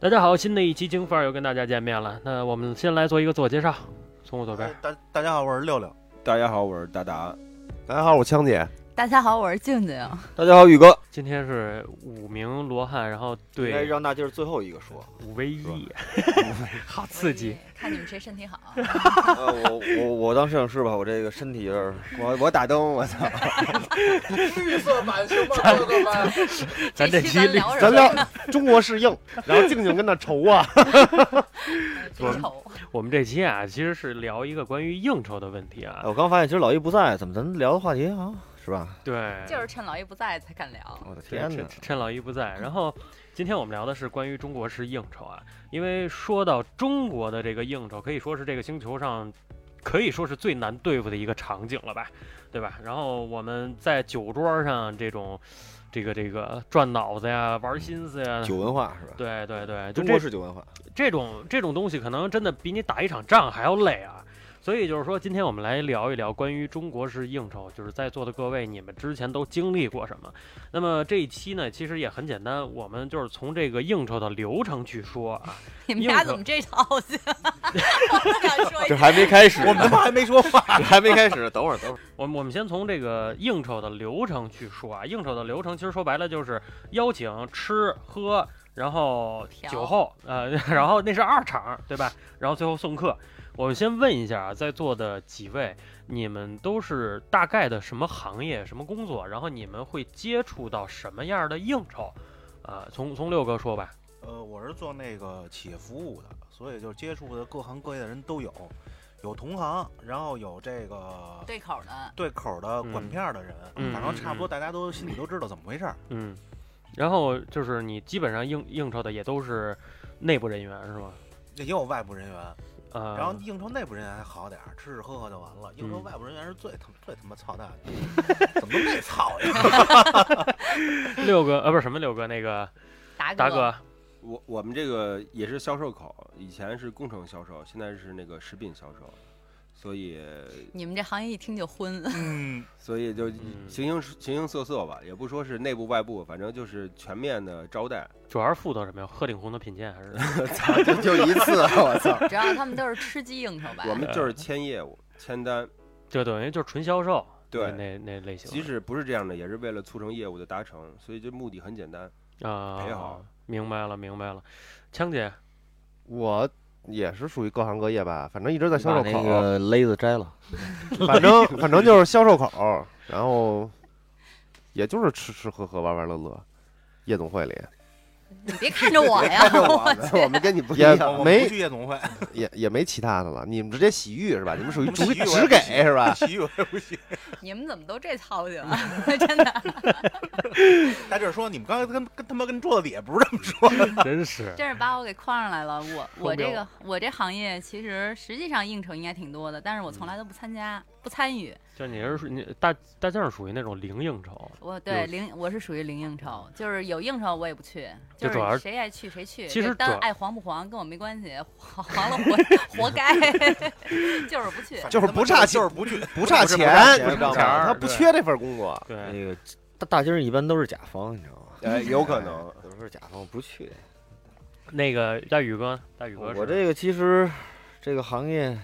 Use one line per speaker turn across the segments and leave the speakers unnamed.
大家好，新的一期京范儿又跟大家见面了。那我们先来做一个自我介绍，从我左边
哎。大大家好，我是六六。
大家好，我是达达。
大家好，我是枪姐。
大家好，我是静静。
大家好，宇哥。
今天是五名罗汉，然后
应该
对
让大劲儿最后一 个说。
五 v 一， 好刺激！，
看你们谁身体 好。
呃，我我我当摄影师吧，我这个身体有点儿，我我打灯，我操，
绿色版、熊猫哥哥版，
咱这期
期
绿
聊
咱聊中国式硬，然后静静跟那愁啊。
真丑，
我们这期啊，其实是聊一个关于应酬的问题
哎
啊。
我刚发现其实老易不在，怎么咱聊的话题啊，是吧？
对，
就是趁老爷不在才敢聊。
我的
对
天
趁
哪！
趁老一不在，然后今天我们聊的是关于中国式应酬啊，因为说到中国的这个应酬，可以说是这个星球上可以说是最难对付的一个场景了吧，对吧？然后我们在酒桌上这种这个这个转脑子呀、玩心思呀，
酒文化是吧？
对对对，就
中
这
国式酒文化。
这种这种东西，可能真的比你打一场仗还要累啊。所以就是说，今天我们来聊一聊关于中国式应酬，就是在座的各位，你们之前都经历过什么？那么这一期呢，其实也很简单，我们就是从这个应酬的流程去说啊。
你们俩怎么这 操心？我不敢说一
这还没开始，
我们他妈还没说话，
这 还没开始，等会儿等会儿。
我们我们先从这个应酬的流程去说啊，应酬的流程其实说白了就是邀请、吃、喝，然后
调
酒后，呃， 然后那是二场，对吧？然后最后送客。我们先问一下啊，在座的几位，你们都是大概的什么行业、什么工作？然后你们会接触到什么样的应酬？啊、从从六哥说吧。
呃，我是做那个企业服务的，所以就接触的各行各业的人都有，有同行，然后有这个
对口呢。
对口的、管片儿的人，
嗯
反正差不多，大家都心里都知道怎么回事儿。
嗯，然后就是你基本上应应酬的也都是内部人员是吗？
也有外部人员，
啊、
然后应酬内部人员还好点儿，吃吃喝喝就完了。应酬外部人员是最他妈最他妈操蛋的，怎么那么操呀？
六哥呃不是什么六哥那个
达
达哥，
我我们这个也是销售口，以前是工程销售，现在是那个食品销售，所以
你们这行业一听就 昏。
嗯，
所以就
嗯
形形形形色色吧，也不说是内部外部，反正就是全面的招待。
主要是负责什么呀？鹤顶红的品鉴还是？
操，就就一次，我操！
主要他们都是吃鸡应酬吧？
我们就是签业务、签单，
就等于就是纯销 售，
对
那那类型的，
即使不是这样的，也是为了促成业务的达成，所以这目的很简单。
啊，
陪好
明白了，明白了。枪 姐，
我也是属于各行各业吧，反正一直在销售
把那
口，
个勒子摘了。
反正反正就是销售口，然后也就是吃吃喝喝玩玩乐乐，夜总会里
你 别看着我呀！我啊
我们跟你不一
也
样，
我们不
没
去夜总会，
也也没其他的了。你们这这洗浴是吧？你们属
洗
于只
浴我
只
也不
给
洗
是 吧？
洗浴我也不去。
你们怎么都这操心啊？真的，
他就是说，你们刚才跟跟他妈跟桌子底下不是这么说的，
真是
真是把我给框上来了。我我
疯掉
这个我这行业其实实际上应酬应该挺多的，但是我从来都不参加，不参与。
就是你是属你大大家是属于那种零应酬，
我对
有
零，我是属于零应酬，就是有应酬我也不去，
就
就
主要
是
是
谁爱去谁去，
其实
就
主
单
要
爱黄不黄跟我没关系，黄黄了活活该， 就是不去。
就是不差
嗯就是不去。
不差
不是不
钱
差，钱
你知道
不哎差钱儿
吗？他不
对
缺这份工作，
对，
那个大大劲儿一般都是甲方，你知道吗？
哎，有可能。
都是甲方，不去。
那个大宇哥，大宇哥是，
我这个其实这个行业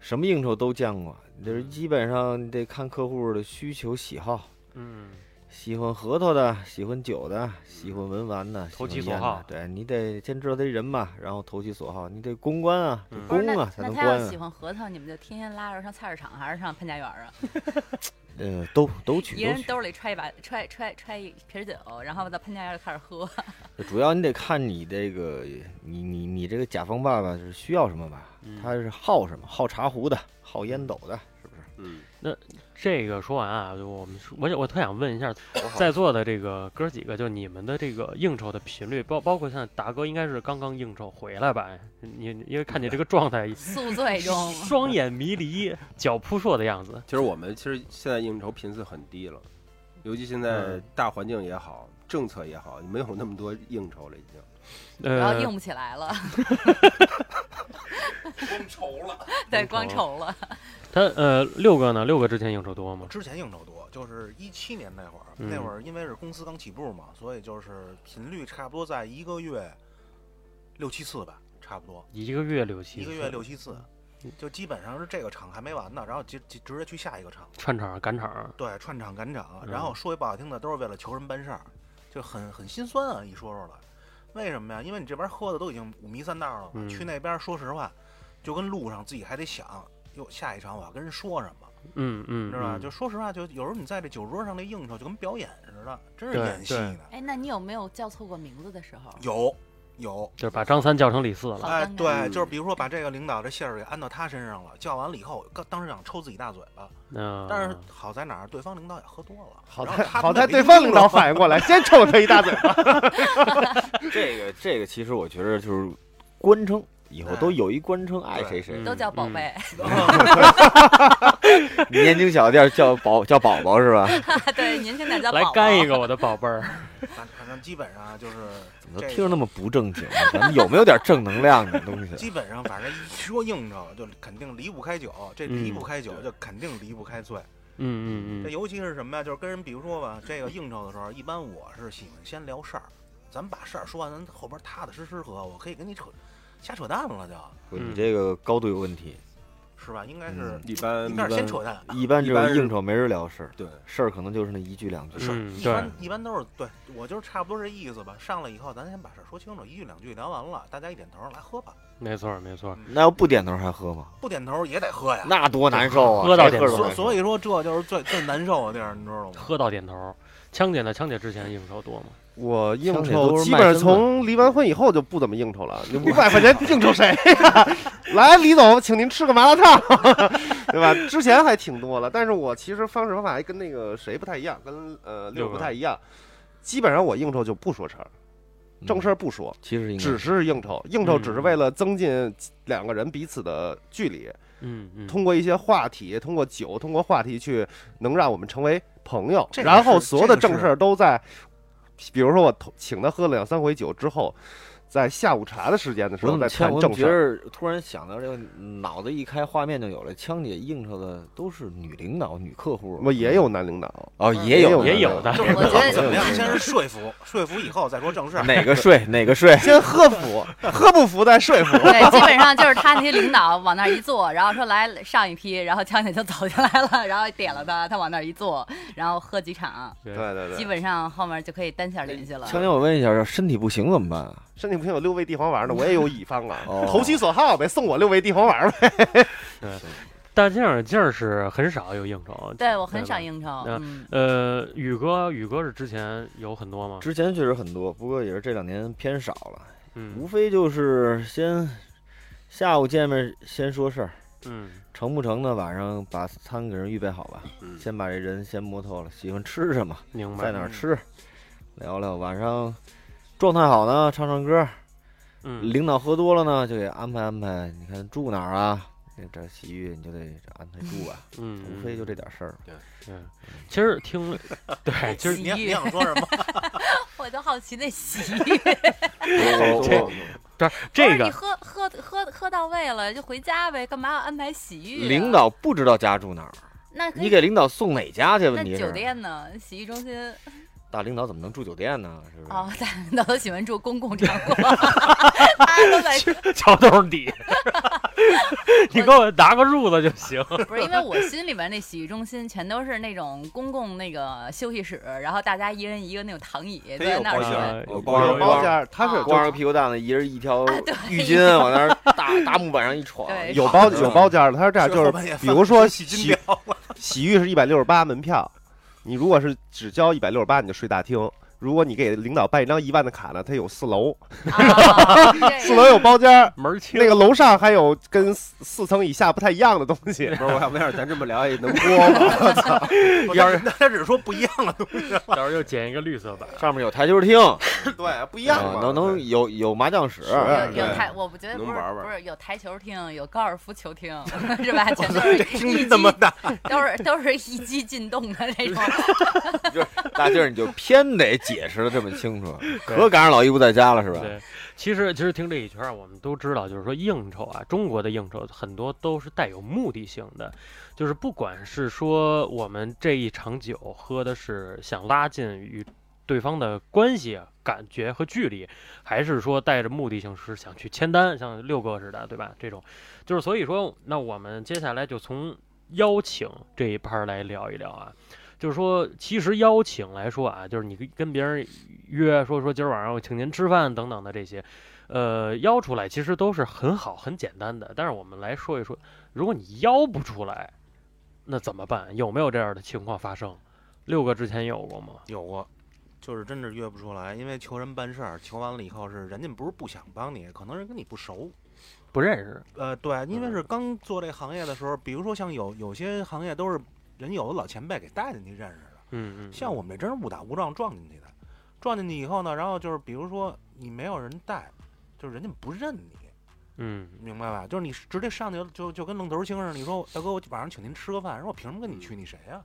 什么应酬都见过，就是基本上你得看客户的需求喜好，
嗯，
喜欢核桃的，喜欢酒的，喜欢文玩的，
投其
喜欢
所
烟的
好
对你得先知道这人嘛，然后投其所好，你得公关啊，得
嗯
不是
公
那
啊才
那
能
他
关
要喜
啊。
欢核桃，你们就天天拉着上菜市场还是上潘家 园啊？
呃，都都去，
一
都
人
去。
兜里揣一把揣揣揣一瓶酒，然后到潘家园就开始喝。
主要你得看你这个，你你你这个甲方爸爸是需要什么吧？
嗯
他是好什么？好茶壶的，好烟斗的，是不是？
嗯，
这个说完啊，就我们说我我特想问一下，
我好
在座的这个哥几个，就你们的这个应酬的频率，包包括像达哥应该是刚刚应酬回来吧？你你因为看你这个状态，
宿醉 中，
双眼迷离、脚扑朔的样子，
其实我们其实现在应酬频次很低了，尤其现在
嗯
大环境也好，政策也好，没有那么多应酬了，已经。
然后
呃，
硬不起来了，
光愁了。
对，
光
光
愁
愁了。
他呃，六哥呢？六哥之前应酬多吗？
之前应酬多，就是一七年那会儿，
嗯
那会儿因为是公司刚起步嘛，所以就是频率差不多在一个月六七次吧，差不多，
一个月六七次，
一个月六七次，嗯就基本上是这个场还没完呢，然后直直直接去下一个场，
串场赶场，
对，串场赶场，
嗯
然后说句不好听的，都是为了求人办事儿，就很很心酸啊！一说说了，为什么呀？因为你这边喝的都已经五迷三道了嘛，
嗯
去那边说实话，就跟路上自己还得想，哟，下一场我要跟人说什么，
嗯嗯，
你知道吧？
嗯
就说实话，就有时候你在这酒桌上那应酬，就跟表演似的，真是
对
演戏
对
呢。
哎，那你有没有叫错过名字的时候？
有有，
就是把张三叫成李四了，
好
哎，
尴尬
对，
嗯
就是比如说把这个领导这信儿给安到他身上了，叫完了以后，刚当时想抽自己大嘴巴，
嗯，
但是好在哪儿，对方领导也喝多了，
好
然
在
后他
好
们也
在
没
对方
听
领导
着
反应 过来，先抽他一大嘴巴。
这个这个其实我觉得就是官称，以后都
哎
有一官称，爱
对
谁谁。
都叫宝
嗯
贝，
你年轻小店叫宝叫宝宝是吧？
对，年轻点叫
嗯来
宝宝
干一个我的宝 贝儿，
反反正基本上啊就是
怎么都
这
听着那么不正经啊？咱们有没有点正能量的东西？
基本上，反正一说应酬就肯定离不开酒，这
嗯
离不开酒就肯定离不开醉。
嗯
这
嗯
尤其是什么呀？就是跟人，比如说吧，这个应酬的时候，一般我是喜欢先聊事儿，咱们把事儿说完，咱后边踏踏实实喝，我可以跟你扯瞎扯淡了就，
不
嗯
你这个高度有问题。
是吧？应该是
嗯
一般
应该是先
一般
扯淡。
一般这
一般
种
是
应酬没人聊事儿，
对，
事儿可能就是那一句两句。
嗯，嗯
一
对
般，一般都是对我就是差不多这意思吧。上来以后，咱先把事儿说清楚，一句两句聊完了，大家一点头来喝吧，
没错没错，
那要不点头还喝吗？
不点头也得喝呀。
那多难受啊！
喝到
这
点
儿
头
多
所
难受
所以说这就是最最难受的地儿，你知道 吗？
喝到点头。枪姐呢？枪姐之前应酬多吗？
我应
乡里
酬
都是
基
卖
本上
身
从离完婚以后就不怎么应 酬了。你五百块钱应酬谁呀、来，李总，请您吃个麻辣烫， 对吧？之前还挺多了，但是我其实方式方法还跟那个谁不太一样，跟呃
六
六
哥
不太一样。基本上我应酬就不说事儿，正事儿不说，
嗯其实应该
只是嗯应嗯酬。应酬只是为了增进两个人彼此的距离，
嗯嗯，
通过一些话题，通过酒，通过话题去能让我们成为朋友。
这个
然后
是
所有的
这个
正
是
事儿都在，比如说我同请他喝了两三回酒之后，在下午茶的时间的时
我
候
怎
再
么
谈
我怎
正
么
事
觉
儿。
得突然想到这个，脑子一开画面就有了。枪姐应酬的都是女领导、女客户，
我也有男领 导，，
哦，
嗯
也有
也
呢
有的，
就是
我觉得
怎么 样，先是说服，说服以后再说正事儿。
哪个睡哪个睡
先 喝服，喝不服再说 服。
对，基本上就是他那些领导往那儿一坐，然后说来上一批，然后枪姐就走进来了，然后点了他，他往那儿一坐，然后喝几场，
对
对
基，本上后面就可以单线联系了。
强姐，我问一下，身体不行怎么办啊？
身体不行有六味地黄丸 呢，我也有乙方啊
哦，
投其所好呗，送我六味地黄丸呗。
大劲儿劲儿是很少有应酬。
对我很
吧
少应酬，嗯，
呃，宇哥，宇哥是之前有很多吗？
之前确实很多，不过也是这两年偏少了，无
嗯
非就是先下午见面先说事儿，
嗯
成不成呢？晚上把餐给人预备好吧，
嗯
先把这人先摸透了，喜欢吃什么，
明白。
在哪儿吃，聊聊。晚上状态好呢，唱唱歌。
嗯
领导喝多了呢，就给安排安排。你看住哪儿啊？那这洗浴你就得安排住吧，
嗯，
无非就这点事儿。
嗯。其实听，对，其实
你你想说什么？
我就好奇那洗，
哦 这这这
你
个
喝喝喝喝到位了就回家呗，干嘛要安排洗浴啊？
领导不知道家住哪儿，
那可以
你给领导送哪家去？
那
问题
酒
是，
店呢？洗浴中心
大领导怎么能住酒店呢？是不是？
哦，大家都喜欢住公共场 所，大家都在
桥头底， 你给我拿个褥子就行。
不是因为我心里边那洗浴中心全都是那种公共那个休息室，然后大家一人一个那种躺椅
它
坐在
有
那儿
包间
睡。
儿
呃
有
光着
包间儿
包间儿，他是
啊
光着屁股蛋子，一人一条
啊对
浴巾往那儿大大木板上一闯，
对
有包有包间儿的，他是这样，就
后
是
半夜
比
翻
如说
洗
洗
金表，
洗浴是一百六十八门票，你如果是只交一百六十八，你就睡大厅。如果你给领导办一张一万的卡呢，他有四楼，
啊，
四楼有包间儿，
门儿清
那个楼上还有跟四四层以下不太一样的东 西。
不是，我想问一下，咱这么聊也能播 吗？
要是他只是说不一样了，
到时候又捡一个绿色版。
上面有台球厅，
对，不一
啊能能有有麻将室，
有
是
有
对
台，我不觉得
能
不是
玩玩
不是有台球厅，有高尔夫球厅， 是吧？全都是
声
一
音那么
击
大，
都是都是一击进洞的那种。
大劲儿你就偏得解释的这么 清楚，可赶上老姨不在家了是吧？
对，其实其实听这一圈儿，我们都知道，就是说应酬啊，中国的应酬很多都是带有目的性的，就是不管是说我们这一场酒喝的是想拉近与。对方的关系、啊感觉和距离，还是说带着目的性是想去签单，像六哥似的，对吧？这种就是所以说，那我们接下来就从邀请这一趴儿来聊一聊啊。就是说，其实邀请来说啊，就是你跟跟别人约说说今儿晚上我请您吃饭等等的这些，呃，邀出来其实都是很好很简单的。但是我们来说一说，如果你邀不出来，那怎么办？有没有这样的情况发生？六哥之前有过吗？
有过，就是真是约不出来，因为求人办事儿，求完了以后是人家不是不想帮你，可能人跟你不熟。
不认识，
呃，对，因为
嗯
是刚做这行业的时候，比如说像有有些行业都是人有的老前辈给带进去认识的，
嗯嗯，
像我们这真是误打误撞撞进去的。撞进去以后呢，然后就是比如说你没有人带，就是人家不认你，
嗯，
明白吧？就是你直接上去就就就跟愣头青似的，你说大哥，我晚上请您吃个饭，然后我凭什么跟你去？你谁呀、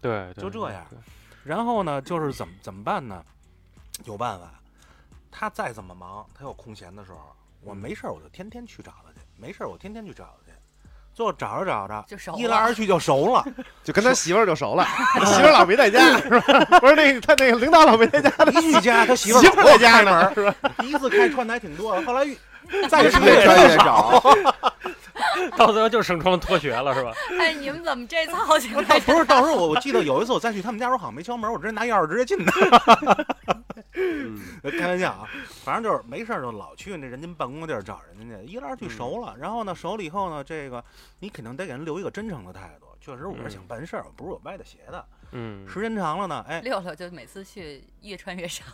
对，
就这
对
样
对
然后呢，就是怎么怎么办呢？有办法。他再怎么忙，他有空闲的时候，我没事儿我就天天去找他去，没事儿我天天去找他去，最后找着找着，
就熟
一来
了。
二去就熟 了。
就跟他媳妇儿就 熟了，媳妇儿老没在家，是吧？不是那个他那个领导老没在家，
一去家，他媳妇
媳
儿
妇儿在家呢，是吧？
第一次开穿的还挺多的，后来 遇再
越
遇越
穿越少，
到最后就盛装脱学了， 是吧？
哎，你们怎么这啊次好起
不是
来
到？不是，到时候我我记得有一次我再去他们家，我好像没敲门，我直接拿钥匙直接进的。开玩笑啊，反正就是没事儿就老去那人家办公地儿找人家去，一来二去熟了。然后呢，熟了以后呢，这个你肯定得给人留一个真诚的态度。确实，我是想办事儿，我不是有歪的邪的。
嗯，
时间长了呢，哎，
六六就每次去越穿越少，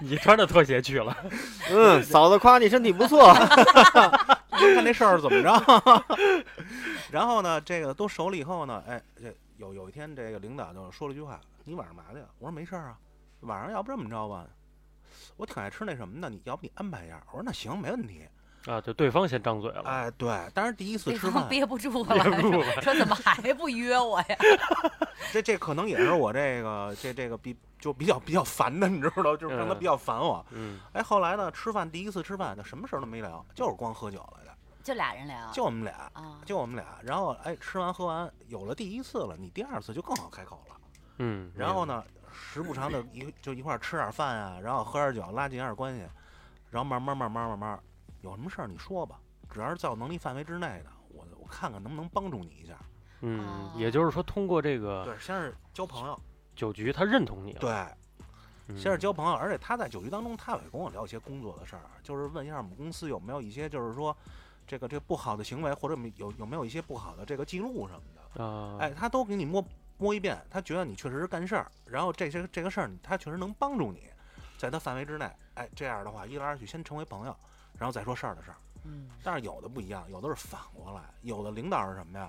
你穿着拖鞋去了，
嗯，嫂子夸你身体不错，
看这事儿怎么着。 然后呢，这个都熟了以后呢，哎，这有有一天这个领导就说了一句话：“你晚上嘛去？”我说：“没事儿啊，晚上要不这么着吧，我挺爱吃那什么的，你要不你安排一下？”我说：“那行，没问题。
啊，就对方先张嘴”了，
哎，对，但是第一次
对
吃
方
饭，
憋不住
憋不住
了，说怎么还不约我呀？
这这可能也是我这个这这个比就比较比较烦的，你知道，就是让他
嗯
比较烦我。
嗯，
哎，后来呢，吃饭第一次吃饭，就什么事儿都没聊，就是光喝酒来的，
就俩人聊，
就我们俩，
啊，
就我们俩。然后哎，吃完喝完，有了第一次了，你第二次就更好开口了。
嗯，
然后呢，时不常的一就一块儿吃点饭啊，然后喝点酒，拉近点关系，然后慢慢慢慢慢慢，有什么事儿你说吧，只要是在我能力范围之内的，我我看看能不能帮助你一下。
明白，嗯，也就是说，通过这个
对，先是交朋友，
酒局，他认同你了，
对，
啊嗯，
先是交朋友，而且他在酒局当中，他也跟我聊一些工作的事儿，啊就是问一下我们公司有没有一些就是说这个这个不好的行为，或者有有没有一些不好的这个记录什么的。
啊，
哎，，他都给你摸摸一遍，他觉得你确实是干事儿，然后这些这个事儿你他确实能帮助你，在他范围之内，哎，这样的话一来二去先成为朋友，然后再说事儿的事儿。
嗯，
但是有的不一样，有的是反过来，有的领导是什么呀？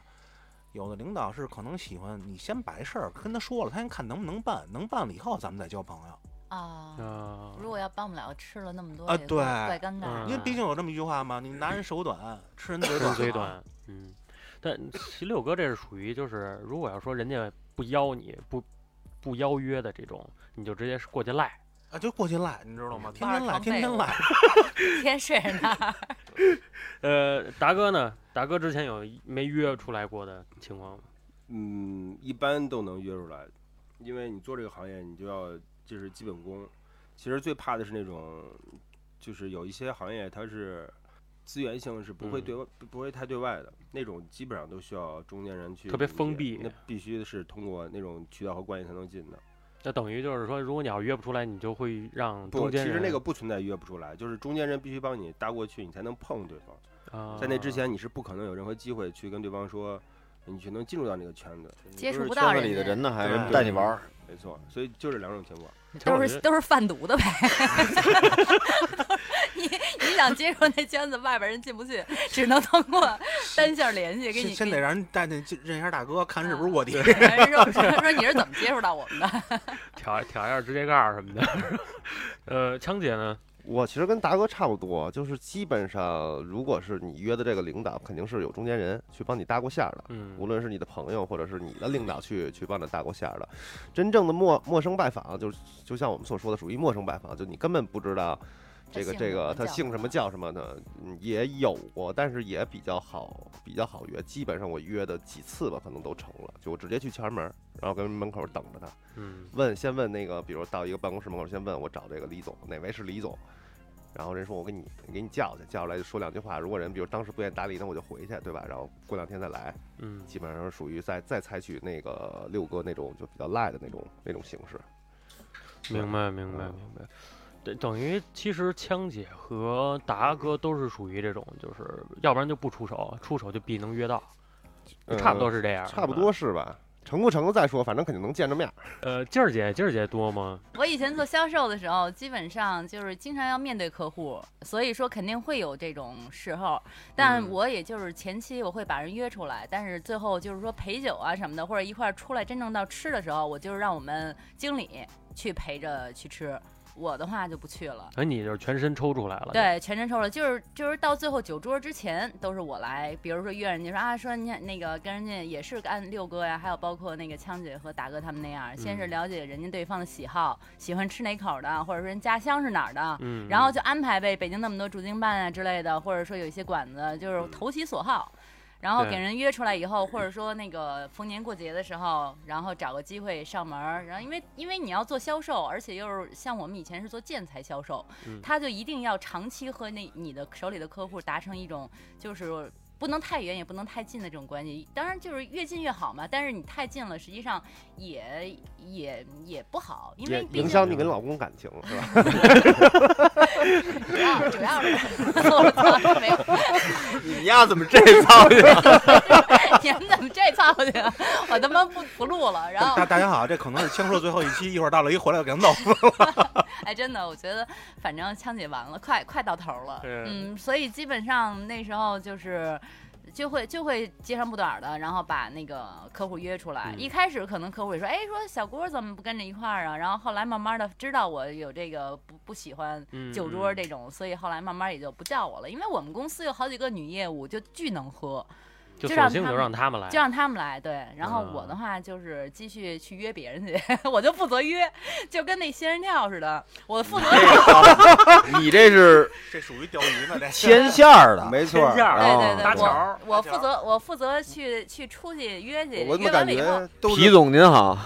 有的领导是可能喜欢你先把这事儿跟他说了，他先看能不能办，能办了以后咱们再交朋友。
啊，
啊，
如果要帮不了，吃了那么多
啊
也怪
对
怪尴
嗯
尬。
因
啊
为毕竟有这么一句话嘛，你拿人手短，吃人嘴短。
嘴。短，嗯，但其实六哥这是属于就是，如果要说人家不邀你不不邀约的这种，你就直接是过去赖，
啊，就过去赖，你知道
嗯
吗？天
扒着
天赖，
床
天
被
天
窝
赖。
天睡着那儿，
呃，达哥呢？达哥之前有没约出来过的情况吗？
嗯，一般都能约出来，因为你做这个行业，你就要这是基本功。其实最怕的是那种，就是有一些行业它是资源性是不
嗯
会对外、不会太对外的那种，基本上都需要中间人去
特别
理
封
解
闭
那必须是通过那种渠道和关系才能进的。
那等于就是说，如果你要约不出来，你就会让
不，
中
其
间
实那
人
个不存在约不出来，就是中间人必须帮你搭过去，你才能碰对方。
啊
在那之前，你是不可能有任何机会去跟对方说，你去能进入到那个圈子，你
接
不
触
是
不
圈
到
圈子
人
里的
家
人呢还是
对
带你玩儿，
没错，所以就这两种情况。
我
都
觉
是
得
都是贩毒的呗。 你你想接触那圈子，外边人进不去，只能通过单线联系给
先
你。
先
给
得
你
让人带进去认识一下大哥，看是不是
啊
卧底。
说说说你是 怎么接触到我们的？
挑挑一下指甲盖儿什么的。 呃，枪姐呢？
我其实跟达哥差不多，就是基本上，如果是你约的这个领导，肯定是有中间人去帮你搭过线儿的，
嗯，
无论是你的朋友或者是你的领导去去帮着搭过线儿的。真正的陌陌生拜访，就是就像我们所说的，属于陌生拜访，就你根本不知道这个
姓
这
什
个
么
他
叫
姓什么叫什么的，嗯也有过，但是也比较好，比较好约。基本上我约的几次吧，可能都成了。就我直接去敲门，然后跟门口等着他，
嗯，
问先问那个，比如到一个办公室门口，先问我找这个李总，哪位是李总？然后人说我给你给你叫去，叫来就说两句话。如果人比如当时不愿意搭理，那我就回去，对吧？然后过两天再来，
嗯，
基本上属于再再采取那个六哥那种就比较赖的那种那种形式。
明白，明白，明白。等等于，其实枪姐和达哥都是属于这种，就是要不然就不出手，出手就必能约到，就差不多
是、
是这样。
差不多。是吧？成不成再说，反正肯定能见着面儿。
呃，静儿姐，静儿姐多吗？
我以前做销售的时候，基本上就是经常要面对客户，所以说肯定会有这种时候。但
嗯
我也就是前期我会把人约出来，但是最后就是说陪酒啊什么的，或者一块儿出来真正到吃的时候，我就是让我们经理去陪着去吃，我的话就不去了。
哎，你就是全身抽出来了。，
对，全身抽了，就是就是到最后酒桌之前都是我来，比如说约人家说啊，说你看那个跟人家也是按六哥呀，还有包括那个枪姐和达哥他们那样，先是
嗯
了解人家对方的喜好，喜欢吃哪口的，或者说人家乡是哪儿的，
嗯。
然后就安排呗，北京那么多驻京办啊之类的，或者说有一些馆子就是投其所好。然后
对
给人约出来以后，或者说那个逢年过节的时候，然后找个机会上门儿，然后因为因为你要做销售，而且又是像我们以前是做建材销售，
嗯
他就一定要长期和那你的手里的客户达成一种就是不能太远也不能太近的这种关系。当然就是越近越好嘛，但是你太近了，实际上也也也不好，因为
也
毕
影
竟
响你跟老公感情了，是吧？
主要主要是我操没有
你丫怎么这造型？
你们怎么这操去？我他妈不不录了。然后
大，大家好，这可能是枪社最后一期，一会儿到了一回来我给他们弄。
哎，真的，我觉得反正枪姐完了，快快到头了。
对
嗯，所以基本上那时候就是。就会就会接长不短的，然后把那个客户约出来。
嗯
一开始可能客户也说，哎，说小郭怎么不跟着一块儿啊？然后后来慢慢的知道我有这个不不喜欢
嗯
酒桌这种，所以后来慢慢也就不叫我了。因为我们公司有好几个女业务，就巨能喝，
就
就
索
让
性
他
就
们
让他们来
就。让他们来，对。然后我
嗯
的话就是继续去约别人去， 我就负责约，就跟那仙人跳似的，我负责
啊 你这是
这属于钓鱼呢，这
牵线儿 的，
啊没错儿，
嗯线儿
对对
搭
对，
桥
我
搭
我负
桥
责我负责去去出去约去，
我怎么
约完
感
了以后
觉都
皮
是
总您好，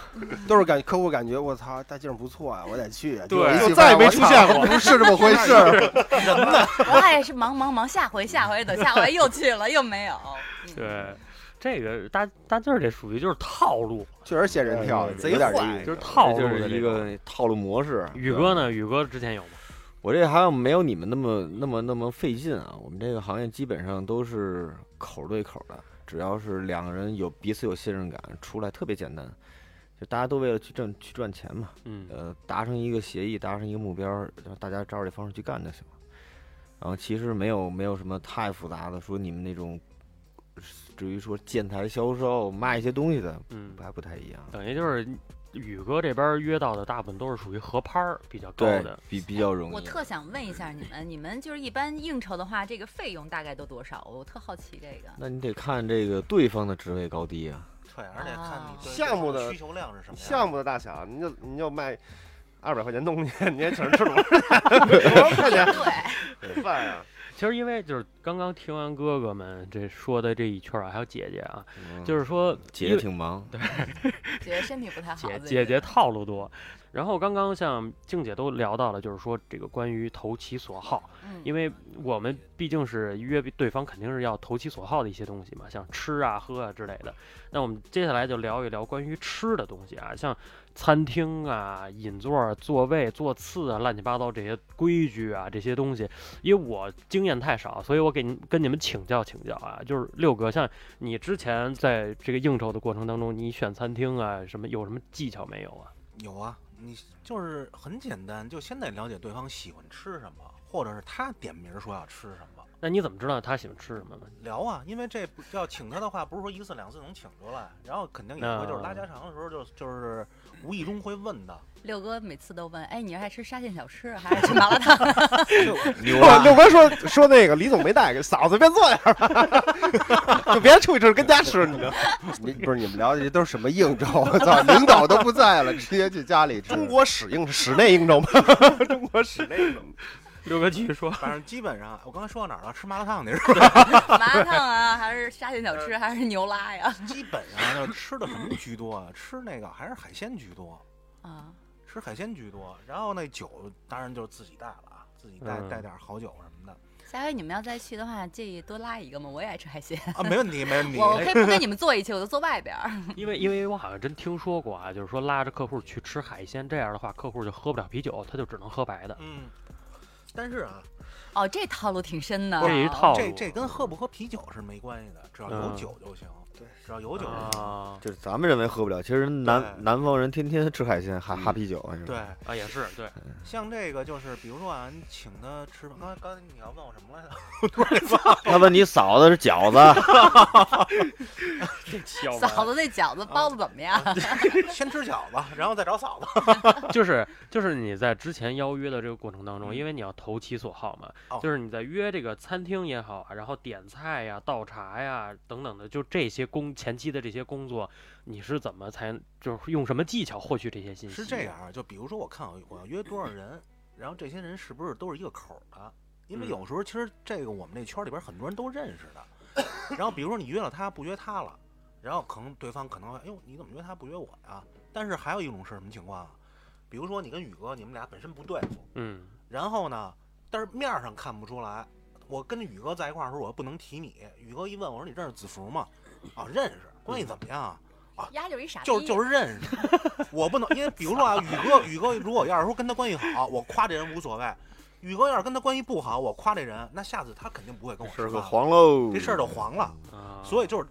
都是感客户感觉我操大劲儿不错啊，我得去啊。
对
就我一
就
起
再也
发
没
现
出
我操
现过，不是这么回 事 儿。
我也是忙忙忙，下回下回等下回又去了又没有，嗯，
对，这个大大劲儿这属于就是套路，
确实仙人跳的，
贼
有点这
坏
意
就
思
是。套
这
路
啊就是
的
一
这种。
个套路模式。
宇哥呢？宇哥之前有吗？
我这行业没有你们那么那么那么费劲啊，我们这个行业基本上都是口对口的，只要是两个人有彼此有信任感，出来特别简单，就大家都为了去挣去赚钱嘛，
嗯
呃，达成一个协议，达成一个目标，然后大家照着这方式去干就行了。然后其实没有没有什么太复杂的，说你们那种至于说建材销售卖一些东西的，
嗯，
还不太一样。
等于就是宇哥这边约到的大部分都是属于合拍儿比较高
对
的。，
比比较容易。
我特想问一下你们，你们就是一般应酬的话，这个费用大概都多少？我特好奇这个。
那你得看这个对方的职位高低啊。
对，而且看你对
项目的
需求量是什么样的。
项目的大小，您就您就卖二百块钱东西， 你也请人吃多少钱？块钱
对，
饭啊？
其实因为就是刚刚听完哥哥们这说的这一圈儿啊，还有姐姐啊，
嗯
就是说
姐
因
姐
为
挺忙，
觉得身体不太好。
姐
最
姐
近
姐套路多。然后刚刚像静姐都聊到了，就是说这个关于投其所好，
嗯，
因为我们毕竟是约对方，肯定是要投其所好的一些东西嘛，像吃啊、喝啊之类的。那我们接下来就聊一聊关于吃的东西啊，像餐厅啊、饮座啊、座位、座次啊、乱七八糟这些规矩啊这些东西，因为我经验太少，所以我给你跟你们请教请教啊。就是六哥，像你之前在这个应酬的过程当中，你选餐厅啊什么有什么技巧没有啊？
有啊，你就是很简单，就先得了解对方喜欢吃什么，或者是他点名儿说要吃什么。
那你怎么知道他喜欢吃什么呢？
聊啊，因为这不要请他的话，不是说一次两次能请出来，然后肯定也会就是拉家常的时候就就是无意中会问 的，
六哥每次都问，哎，你是爱吃沙县小吃啊还是吃麻辣烫？
牛
啊
我 六哥说说那个李总没带给嫂子，别坐点儿吧， 就别出去吃，跟家吃。你知道
你不是你们聊的这都是什么应酬？ 我操，领导都不在了，直接去家里吃。
中国史应室内应酬吗？中国室内应酬。
六哥继续说，
反正基本上，我刚才说到哪儿了？吃麻辣烫那时
麻辣烫啊，还是沙县小吃，还是牛拉呀？
候，基本上就是吃的什么居多啊？ 吃那个还是海鲜居多，
啊，
吃海鲜居多。然后那酒当然就是自己带了啊，自己带
嗯
带点好酒什么的
下回你们要再去的话，建议多拉一个嘛，我也爱吃海鲜。
啊，没问题，没问 题。
我我可以不跟你们坐一起，我就坐外边儿。
因为因为我好像真听说过啊，就是说拉着客户去吃海鲜，这样的话客户就喝不了啤酒，他就只能喝白的。
嗯，但是啊，
哦，这套路挺深的。
这一套
这
路
这跟喝不喝啤酒是没关系的，只要有
哦嗯
酒就行。对，只要有酒就行。
啊
就是咱们认为喝不了，其实南
对
南方人天天吃海鲜，哈
嗯
哈啤酒。是吧
对，，
啊也是对，
像这个就是，比如说啊，你请他吃饭，刚才刚才你要问我什么来着？
他问你嫂子是 饺子，
小
哦嫂子那饺子包的怎么样？
先吃饺子，然后再找嫂子。
就是就是你在之前邀约的这个过程当中，
嗯
因为你要投其所好嘛，
哦
就是你在约这个餐厅也好啊，然后点菜呀、倒茶呀等等的，就这些工前期的这些工作，你是怎么才就是用什么技巧获取这些信息？
是这，样啊，就比如说我看我我要约多少人，然后这些人是不是都是一个口儿的？因为
嗯
有时候其实这个我们这圈里边很多人都认识的。然后比如说你约了他不约他了，然后可能对方可能会，哎呦你怎么约他不约我呀？但是还有一种是什么情况啊？比如说你跟宇哥你们俩本身不对付，
嗯
然后呢，但是面儿上看不出来。我跟宇哥在一块儿的时候，我又不能提你。宇哥一问我说：“你认识子福吗？”啊，认识，关系怎么样啊？
丫就是一傻逼。
就是就是认识，我不能，因为比如说啊，宇哥，宇哥如果要是说跟他关系好，我夸这人无所谓；宇哥要是跟他关系不好，我夸这人，那下次他肯定不会跟我吃
是
饭
个
了，
黄嗯喽。
这事儿就黄了。
啊，
所以就是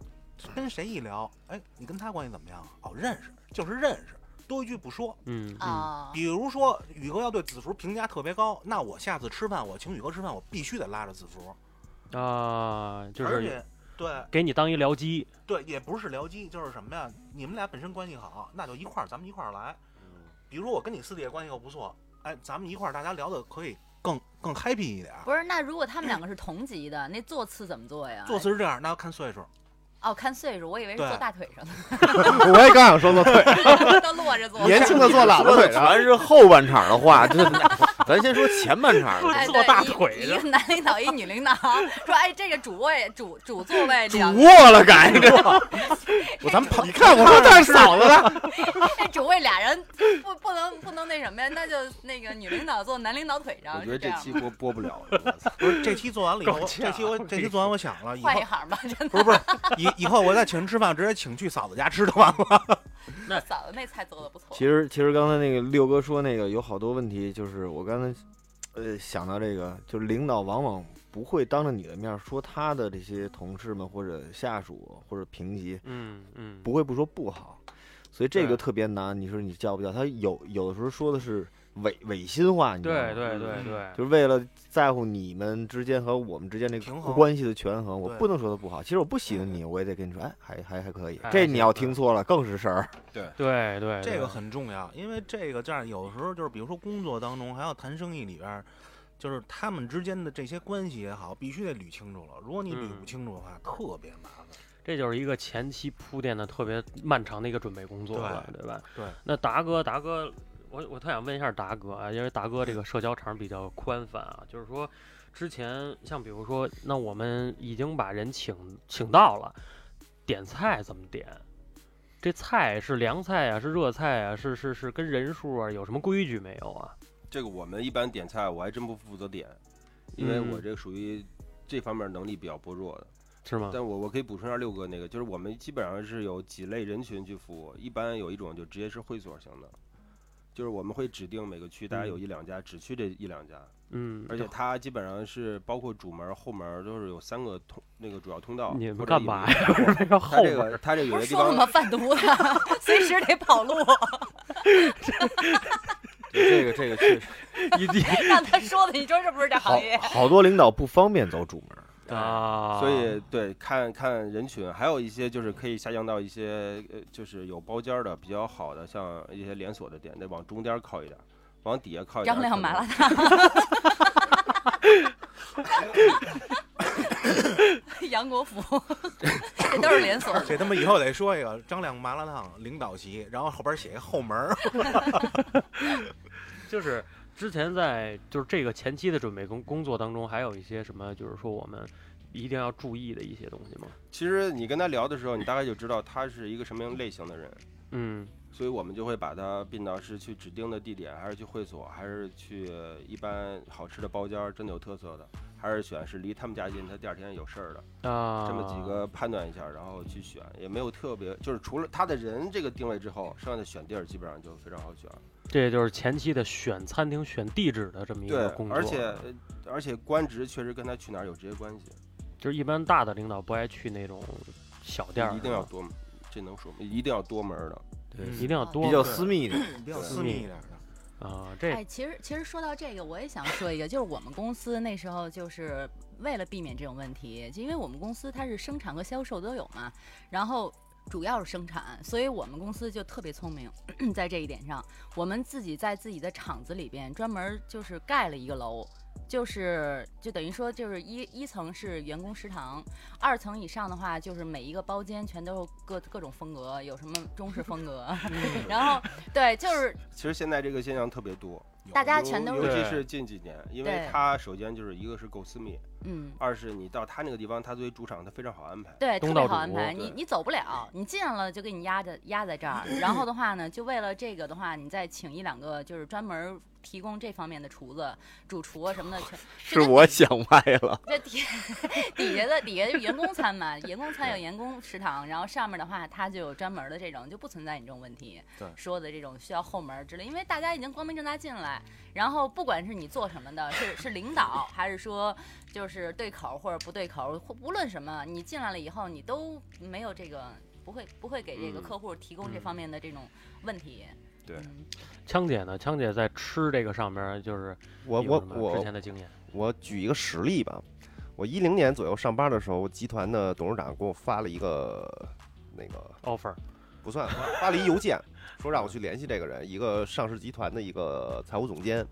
跟谁一聊，哎，你跟他关系怎么样？哦，认识，就是认识，多一句不说。
嗯嗯
啊，
比如说宇哥要对子福评价特别高，那我下次吃饭，我请宇哥吃饭，我必须得拉着子福，
啊，就
而
是
且对
给你当一僚机，
对，也不是僚机，就是什么呀？你们俩本身关系好，那就一块儿，咱们一块儿来。
嗯
比如说我跟你私底下关系又不错，哎，咱们一块儿大家聊的可以更更 happy 一点儿。
不是，那如果他们两个是同级的，那坐次怎么坐呀？
做词是这样，那要看岁数。
哦，看岁数，我以为是
对
坐大腿上的，
我也刚 想说对，
都落着坐。
年轻的坐喇叭腿上，
全是后半场的话， 就是咱先说前半场的。
哎
坐
对
大
一
腿
一
上
个男领导，一女领导，说哎，这个主位主主座位
主
两个，
卧了，改这
我咱们
你看 我说他是嫂子了，
这主位俩人不不能不能那什么呀？那就那个女领导坐男领导腿上，
我
是
觉得
这
这
样
期播播不了了，我操
不是这期做完了以后，
够呛
这期我这期做完我想了，以后
换一行吧，真
不是不是以以后我再请人吃饭，直接请去嫂子家吃就完了。
的，嫂子那菜做的不错
其。实其实刚才那个六哥说那个有好多问题，就是我刚才呃想到这个，就是领导往往不会当着你的面说他的这些同事们或者下属或者平级，
嗯嗯，
不会不说不好，所以这
对
个特别难。你说你教不教？他有有的时候说的是违违心话，你知道
对
吗
对对
嗯
对，
就是为了在乎你们之间和我们之间这个
平衡
关系的权衡，我
对
不能说他不好。其实我不喜欢你，我也得跟你说，哎，还还还可以
哎。
这你要
对
听错了更是事儿。
对对
这
对
个很重要，因为这个这样有时候就是，比如说工作当中，还有谈生意里边儿，就是他们之间的这些关系也好，必须得捋清楚了。如果你捋
嗯
不清楚的话，特别麻烦。
这就是一个前期铺垫的特别漫长的一个准备工作了，对吧？
对。
那达哥，达哥，我我特想问一下达哥啊，因为达哥这个社交场比较宽泛啊，就是说，之前像比如说，那我们已经把人请请到了，点菜怎么点？这菜是凉菜啊，是热菜啊，是是是跟人数啊有什么规矩没有啊？
这个我们一般点菜，我还真不负责点，因为
嗯
我这个属于这方面能力比较薄弱的。
是吗？
但我我可以补充一下六哥那个，就是我们基本上是有几类人群去服务，一般有一种就直接是会所型的，就是我们会指定每个区大概有一两家，只去这一两家，
嗯，
而且它基本上是包括主门、后门都是有三个通那个主要通道。
你们
或者
干
一
嘛
门
呀？ 为什么要
它
后
这
边
个
儿？
它这有
不
些
是
地
说了
方
吗？贩毒的， 随时得跑路，
这个这个确实
一地
让他说的，你说是不是这
好
行业？
好多领导不方便走主门。
对
啊，
所以对，看看人群，还有一些就是可以下降到一些呃，就是有包间儿的比较好的，像一些连锁的店，得往中间儿靠一点儿，往底下靠一点
张
儿可能。
亮麻辣 烫，杨国福， 这都是连锁的。
这他妈以后得说一个张亮麻辣烫领导席，然后后边写一后门儿。
就是之前在就是这个前期的准备工工作当中，还有一些什么就是说我们一定要注意的一些东西吗？
其实你跟他聊的时候，你大概就知道他是一个什么样类型的人，
嗯
所以我们就会把他并到是去指定的地点，还是去会所，还是去一般好吃的包间儿，真的有特色的，还是选是离他们家近，他第二天有事儿的，
啊，
这么几个判断一下，然后去选，也没有特别，就是除了他的人这个定位之后，剩下的选地儿基本上就非常好选。
这也就是前期的选餐厅、选地址的这么一
对
个工，作。啊
而且呃而且官职确实跟他去哪儿有直接关系，
就是一般大的领导不爱去那种小店儿啊，
一定要多，这能说吗？一定要多门儿的。
对
一定要多
比较私密一点。
比较
对
私密一点的。
啊，这
哎，其实其实说到这个，我也想说一个，就是我们公司那时候就是为了避免这种问题，就因为我们公司它是生产和销售都有嘛，然后主要是生产，所以我们公司就特别聪明， 在这一点上，我们自己在自己的厂子里边专门就是盖了一个楼。就是就等于说，就是一一层是员工食堂，二层以上的话，就是每一个包间全都是各各种风格，有什么中式风格，然后对，就是
其实现在这个现象特别多，
大家
尤
全都
尤
是
其
对
是近几年，因为
对
它首先就是一个是够私密，
嗯。
二是你到他那个地方，他作为主场，他非常好安排。
对，
东
特
道
别好
主
安排。你
对
你走不了，你进来了就给你压着压在这儿。然后的话呢，就为了这个的话，你再请一两个就是专门提供这方面的厨子、主厨啊什么的，全
是我想歪了，
这底底下的底下就员工餐嘛，员工餐有员工食堂，然后上面的话它就有专门的这种，就不存在你这种问题。
对
说的这种需要后门之类，因为大家已经光明正大进来，然后不管是你做什么的，是是领导还是说就是对口或者不对口，或无论什么，你进来了以后，你都没有这个。不会不会给这个
嗯
客户提供
嗯
这方面的这种问题。
对
嗯
枪姐呢？枪姐在吃这个上面就是
我
有
我
什么之
我
前的经验，
我举一个实例吧，我一零年左右上班的时候，我集团的董事长给我发了一个那个
offer
不算，发了一邮件，说让我去联系这个人，一个上市集团的一个财务总监，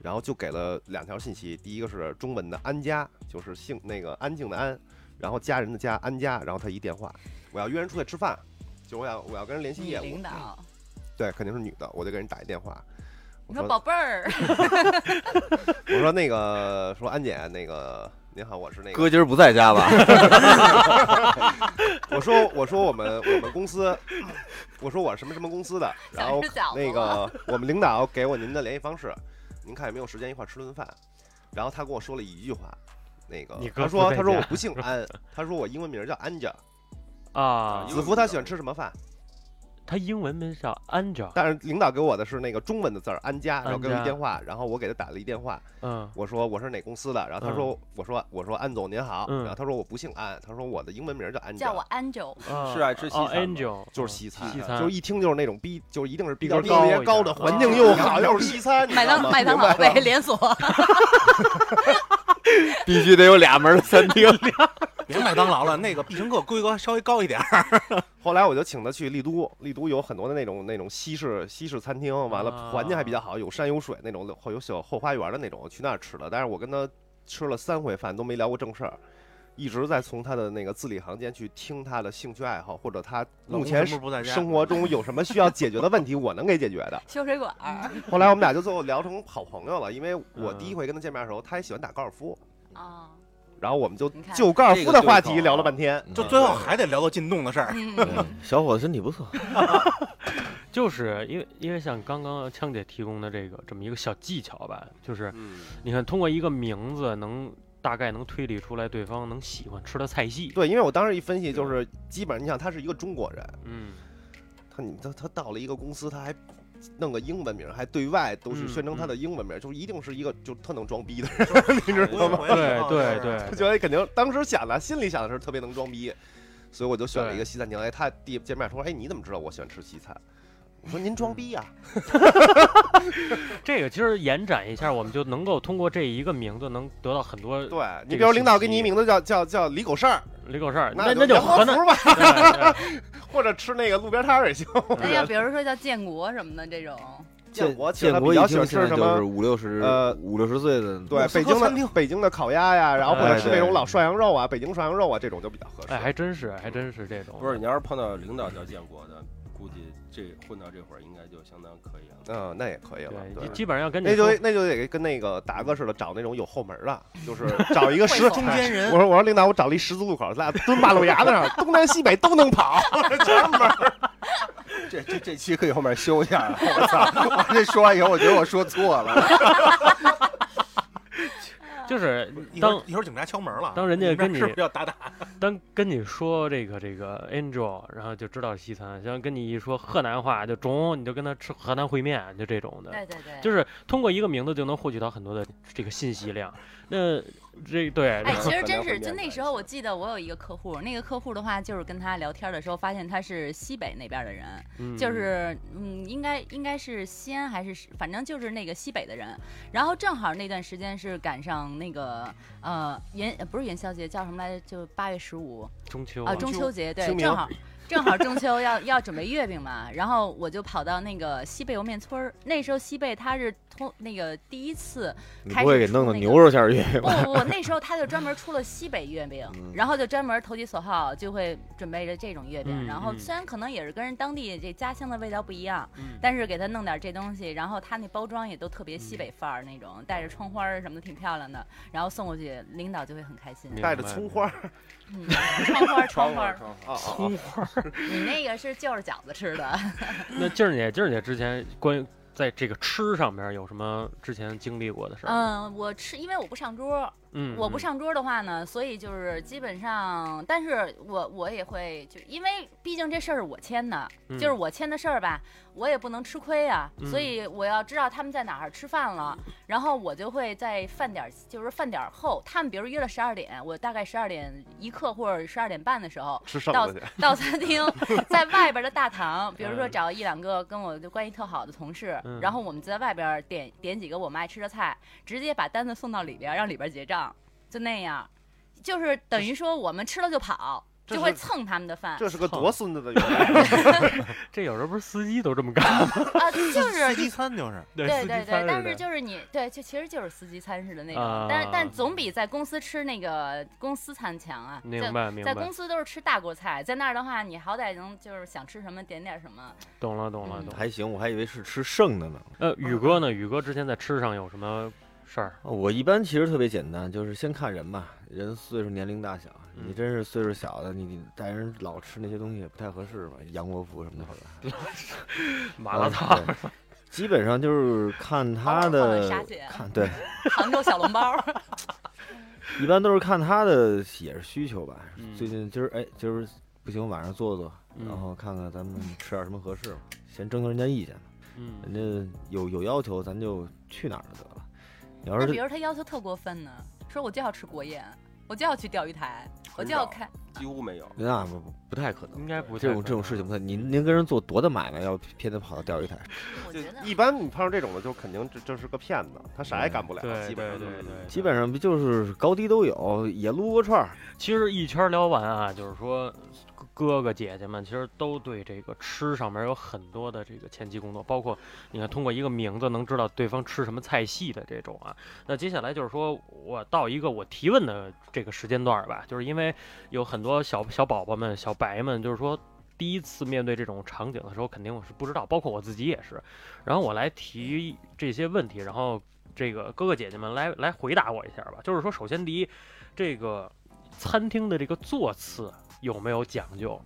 然后就给了两条信息，第一个是中文的安家，就是姓那个安静的安，然后家人的家安家，然后他一电话，我要约人出去吃饭，就我要我要跟人联系
女
业务嗯
领，导，
对，肯定是女的，我就给人打一电话，
你
我
说
说
宝贝儿，
我说那个说安姐那个您好，我是那个
哥今儿不在家 吧？
我说我说我们我们公司，我说我是什么什么公司的， 然后
想吃饺子
那
了
个我们领导给我您的联系方式，您看有没有时间一块儿吃顿饭？然后他跟我说了一句话，那个
你哥
他
不
说
在
他说
家
我不姓安，他说我英文名叫安家。
啊
英，
子
文
福他
名叫
喜欢吃什么饭？
嗯他英文名叫 Angel，
但是领导给我的是那个中文的字儿安家，然后
安
给我一
家
电话，然后我给他打了一电话，
嗯
我说我是哪公司的，然后他说、我说我说安总您好，
嗯
然后他说我不姓安，他说我的英文名叫安
叫
家
我。Angel，
啊
是爱吃西
哦
餐吗
，Angel
就
嗯
是西餐，
西餐
就是一听就是那种逼，就是一定是逼
格
格特别
高一
高的
点
环
啊
境，又好又是西餐，你
麦
知道
当
吗
麦当
明白
劳
了
呗，连锁。
必须得有俩门的餐厅。
别麦当劳了，那个必胜客规格稍微高一点儿。
后来我就请他去丽都，丽都有很多的那种那种西式西式餐厅，完
啊
了环境还比较好，有山有水那种，后有小后花园的那种，去那儿吃的。但是我跟他吃了三回饭都没聊过正事儿，一直在从他的那个字里行间去听他的兴趣爱好，或者他目
老
前
公什么时候不在家
生活中有什么需要解决的问题，我能给解决的。
修水管儿
后来我们俩就最后聊成好朋友了，因为我
嗯
第一回跟他见面的时候，他也喜欢打高尔夫，
啊，
然后我们就
你看
就高尔
这
夫
个
的
对
话
口
题
啊
聊了半天。
就最后还得聊到进洞的事儿。
嗯，
小伙子身体不错，
就是因为因为像刚刚枪姐提供的这个这么一个小技巧吧，就是
嗯，
你看通过一个名字能大概能推理出来对方能喜欢吃的菜系，
对，因为我当时一分析，就是基本上你想他是一个中国人，
嗯，
他你他他到了一个公司，他还弄个英文名，还对外都
嗯
是宣称他
嗯
的英文名，就是一定是一个就特能装逼的人，
你
知
哎
我有回来以后
对对
就是
对
我觉得哎肯定当时想的，心里想的是特别能装逼，所以我就选了一个西餐厅。哎，他第见面说，哎，你怎么知道我喜欢吃西餐？我说您
嗯
装逼啊呀、
这个其实延展一下，我们就能够通过这一个名字能得到很多
对你
这
比
个
如领导
信
给你
息
一名字叫叫叫李狗剩儿，
李狗事儿，那
那
就
洋
河
河
南
福吧，
对
或者吃那个路边摊儿也行。
那 要比如说叫建国什么的这 种，
建国其实
建
他
国
比
一
较喜
听
欢
现在
吃什
就是
么？
五六十，
呃
五六十岁的，
对，北京
餐厅
的北京的烤鸭呀，然后或者
哎
吃那种
对
老涮羊肉啊，北京涮羊肉啊，这种就比较合适。
哎，还真是还真是这种，
不是，你要是碰到领导叫建国的，估计这混到这会儿应该就相当可以了。
嗯，那也可以了，
对，
对
基。基本上要跟你
那就
说
那就得跟那个达哥似的，找那种有后门的， 就是找一个十
中间 人
我说我说领导，我找了一十字路口，咱俩蹲马路牙子 上，东南西北都能跑，全门儿。
这这这期可以后面修一下，我 操！我这说完以后，我觉得我说错了。
就是
一会
当
儿一会儿警察敲门了，
当人家
们
跟你
是不是要打打？
当跟你说这个这个 Angel，然后就知道是西餐；像跟你一说河南话，就中，你就跟他吃河南烩面，就这种的。
对对对，
就是是通过一个名字就能获取到很多的这个信息量。那这对，
哎，
然后
其实真
可能
是，
会
就
面
那
对
时候我记得我有一个客户，那个客户的话就是跟他聊天的时候发现他是西北那边的人，
嗯
就是嗯，应该应该是西安还是反正就是那个西北的人。然后正好那段时间是赶上那个呃元呃不是元宵节，叫什么来着？就八月十五
中秋嘛
啊，中秋节对，
清明
正好正好中秋要要准备月饼嘛。然后我就跑到那个西贝莜面村儿，那时候西贝它是通那个第一次
你
开
不会
始
给
出
弄
那
到
个
牛肉馅儿月饼
不不不，那时候他就专门出了西北月饼，
嗯
然后就专门投其所好，就会准备着这种月饼。
嗯
然后
嗯
虽然可能也是跟人当地这家乡的味道不一样，
嗯
但是给他弄点这东西，然后他那包装也都特别西北范儿那种，带着窗花儿什么的，挺漂亮的。然后送过去，领导就会很开心。
明白
带着葱花儿，
嗯，窗花儿窗花哦儿，
窗户
啊啊啊
你那个是就着饺子吃的。
那静儿姐，静儿姐之前关于在这个吃上面有什么之前经历过的事儿吗？
嗯，我吃，因为我不上桌，
嗯，
我不
嗯，
上桌的话呢，所以就是基本上，但是我我也会就因为毕竟这事儿是我签的，
嗯
就是我签的事儿吧，我也不能吃亏啊，
嗯
所以我要知道他们在哪儿吃饭了，然后我就会在饭点儿，就是饭点儿后，他们比如约了十二点，我大概十二点一刻或者十二点半的时候，
吃剩
到
的去。
到餐厅，在外边的大堂，比如说
嗯
找一两个跟我就关系特好的同事，
嗯
然后我们在外边点点几个我们爱吃的菜，直接把单子送到里边，让里边结账，就那样，就是等于说我们吃了就跑，
这
就是会蹭他们的饭
这是个
操
多孙子的原来
这有时候不是司机都这么干吗？
啊，就是
司机餐就是
对
对
司机
对对
翻，
但
似
是
的
就是你对，就其实就是司机餐似的那种，
啊
但但总比在公司吃那个公司餐强啊，
明白明
在在
白
公，司都是吃大锅菜，在那儿的话，你好歹能就是想吃什么点点什么。
懂了懂了
嗯
懂了。
还行，我还以为是吃剩的呢。
呃，宇哥呢？宇哥之前在吃上有什么事儿？
啊我一般其实特别简单，就是先看人吧，人岁数、年龄大小。
嗯
你真是岁数小的，你带人老吃那些东西也不太合适吧？杨国福 什么的，嗯
麻辣烫，
烫。对基本上就是看他
好好好沙
的
姐
看，对，
杭州小笼包 儿，
一般都是看他的也是需求吧。
嗯
最近哦今儿哎，今儿不行，晚上做做，
嗯
然后看看咱们吃点什么合适吧，先征求人家意见吧。
嗯，
人家有有要求，咱就去哪儿就得了。你要
那
是
比如他要求特过分呢，说我就要吃国宴，我就要去钓鱼台，我就要开。
几乎没有。
那不不不太可能，啊
应该不
这
太
种
可
这种
能
事情不太，您您跟人做多大买卖，要偏得跑到钓鱼台？
我
就
觉得
一般你碰上这种的，就肯定这这是个骗子，他啥也干不了，
对
基
对
本上。
对对，
基本上不就是高低都有，也撸过串儿。
其实一圈聊完啊，就是说哥哥哥姐姐们其实都对这个吃上面有很多的这个前期工作，包括你看通过一个名字能知道对方吃什么菜系的这种啊。那接下来就是说我到一个我提问的这个时间段儿吧，就是因为有很多小小宝宝们、小白们，就是说。第一次面对这种场景的时候，肯定我是不知道，包括我自己也是。然后我来提这些问题，然后这个哥哥姐姐们来来回答我一下吧。就是说，首先第一，这个餐厅的这个座次有没有讲究？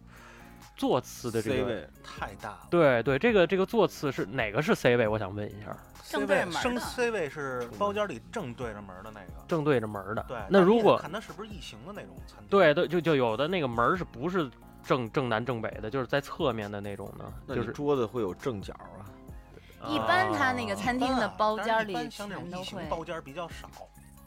座次的这
C
个，
位
太大了。
对对，这个这个座次是哪个是 C 位？我想问一下，
正
C
对
位
门儿
升
的
C 位是包间里正对着门儿的那个。
正对着门儿的。
对，
那
但
如
你得
果
看它是不是异形的那种餐厅，
对对，就就有的那个门儿是不是正正南正北的，就是在侧面的那种呢？
那
就
你
是
桌子会有正角啊，
一般他
它
那
一
个
般啊，
餐厅的包
但是
间
一般
里
像这种
全都
异
会
形。包间比较少，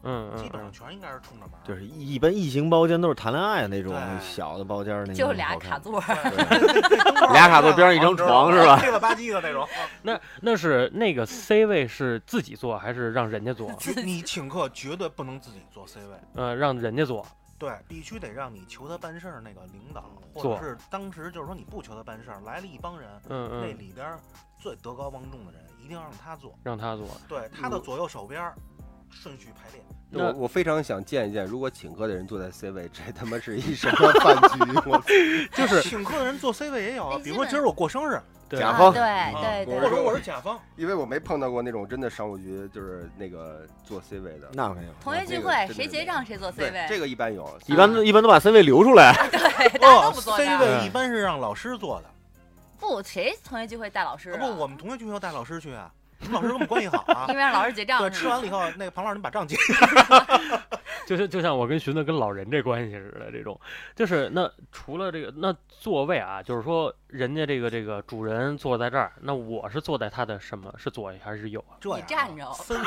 嗯嗯，
基本
嗯
上全应该是冲着门儿。
就是一般异形包间都是谈恋爱那种
对
小的包间儿，那
就
种
俩
好看
卡座儿，
对，
俩卡座边上一张床是吧
黑了吧唧的那 种。
那那是那个 C 位是自己坐还是让人家坐？
绝你请客绝对不能自己坐 C 位，
呃，让人家坐。
对，必须得让你求他办事儿那个领
嗯
导，或
坐
者是当时就是说你不求他办事儿，来了一帮人，
嗯
那
嗯，
里边儿最德高望重的人一定要让他坐，
让他坐。
对，他的左右手边儿顺序排列。
那
我我非常想见一见，如果请客的人坐在 C 位，这他妈是一什么饭局？我
哎就是请客的人坐 C 位也有啊，比如说今儿我过生日，
对
甲
啊
方
对对
我
或者
对，
说
我是甲方，
因为我没碰到过那种真的商务局，就是那个做 C 位的。
那肯定。
同学聚
这
会
个真的
谁
是
结账谁做 C
对，
位，
这个一般有。
一般
嗯
都一般都把 C 位留出来，
对， 大家
哦
都不做
，C
账。
位一般是让老师做的，
不，谁同学聚会带老师、
啊
啊？
不，我们同学聚会要带老师去啊，我们老师跟我们关系好 啊
因。为让老师结账
对，
是
吃
吗
完了以后，那个庞老师你把账结。
就像就像我跟寻子跟老人这关系似的，这种就是那除了这个那座位啊，就是说人家这个这个主人坐在这儿，那我是坐在他的什么是左还是右啊？
这样啊
你站着
分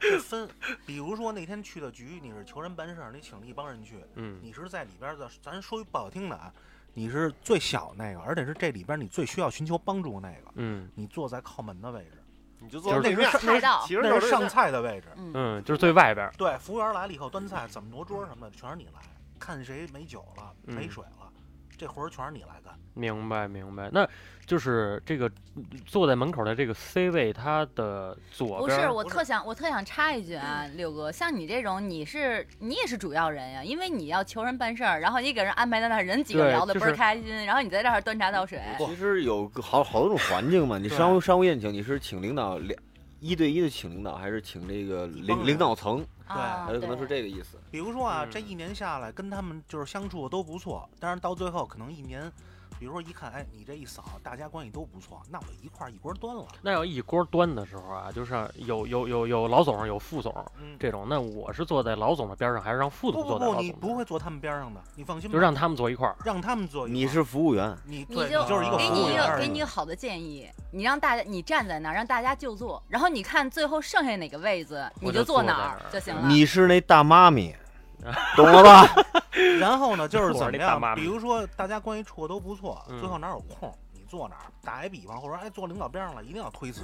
这分，比如说那天去的局，你是求人办事儿，你请了一帮人去，
嗯，
你是在里边的，咱说句不好听的啊，你是最小那个，而且是这里边你最需要寻求帮助那个，
嗯
你坐在靠门的位置，
你就坐
就是
那边
海盗
其实
那
就是是
上菜的位置。
嗯，
嗯，就是最外边儿，
对，服务员来了以后端菜，怎么挪桌什么的，全是你来。看谁没酒了，没
嗯
水了，这活儿全是你来干。
明白明白。那就是这个坐在门口的这个 C 位，他的左
不
边
是，
儿
我
不
特想我特想插一句啊，六哥，像你这种，你是你也是主要人呀，因为你要求人办事儿，然后你给人安排在那儿，人几个
对
聊的
就
倍儿
是
开心，然后你在这儿端茶倒水，
其实有好好多种环境嘛。你
对
商务商务宴请，你是请领导两一对一的请领导，还是请这个
帮
领
人
领导层？
啊，
他有可能是
对
这个意思。
比如说啊，这
嗯
一年下来跟他们就是相处的都不错，但是到最后可能一年，比如说一看，哎，你这一扫，大家关系都不错，那我一块儿一锅端了。
那要一锅端的时候啊，就是有有有有老总有副总
嗯，
这种，那我是坐在老总的边上，还是让副总
不不
坐在老
不，
总
你
的
不会坐他们边儿上的，你放心吧。
就让他们坐一块儿。
让他们坐一块儿。
你是服务员，
你
你
对
就
就是一个
给
服
你
务
一
员
个
而
给
已
你一个好的建议，你让大家你站在那儿，让大家就坐，然后你看最后剩下哪个位子，
我
你
就
坐
坐在
哪
那
儿
儿
就行了。
你是那大妈 咪，懂了吧？
然后呢，就是
我是
怎么
那大
样
妈？咪
比如说大家关系处的都不错，
嗯
最后哪有空你坐哪儿。打一比方，或者说哎坐领导边上了，一定要推辞，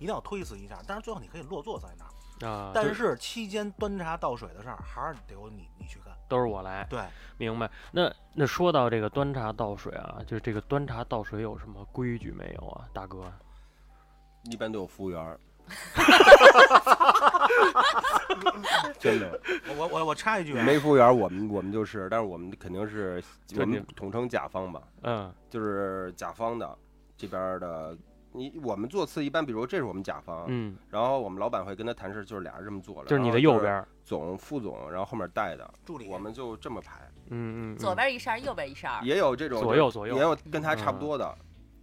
一定要推辞一下。但是最后你可以落座在那儿，
嗯啊，就
但是期间端茶倒水的事儿还是得由你你去干。
都是我来，
对，
明白？那那说到这个端茶倒水啊，就是这个端茶倒水有什么规矩没有啊，大哥？
一般都有服务 员儿。真的，
我我我我插一句啊，
没服务员儿，我们我们就是，但是我们肯定是
就
我
你
们统称甲方吧，
嗯
就是甲方的这边儿的。你我们座次一般，比如这是我们甲方，
嗯，
然后我们老板会跟他谈事，就是俩人这么做了，
就是你的
然后
右边，儿，
总副总，然后后面带的，
助理
我们就这么排。
嗯嗯，嗯
左边一扇，右边一扇，
也有这种
左右左右嗯
也有跟他差不多的，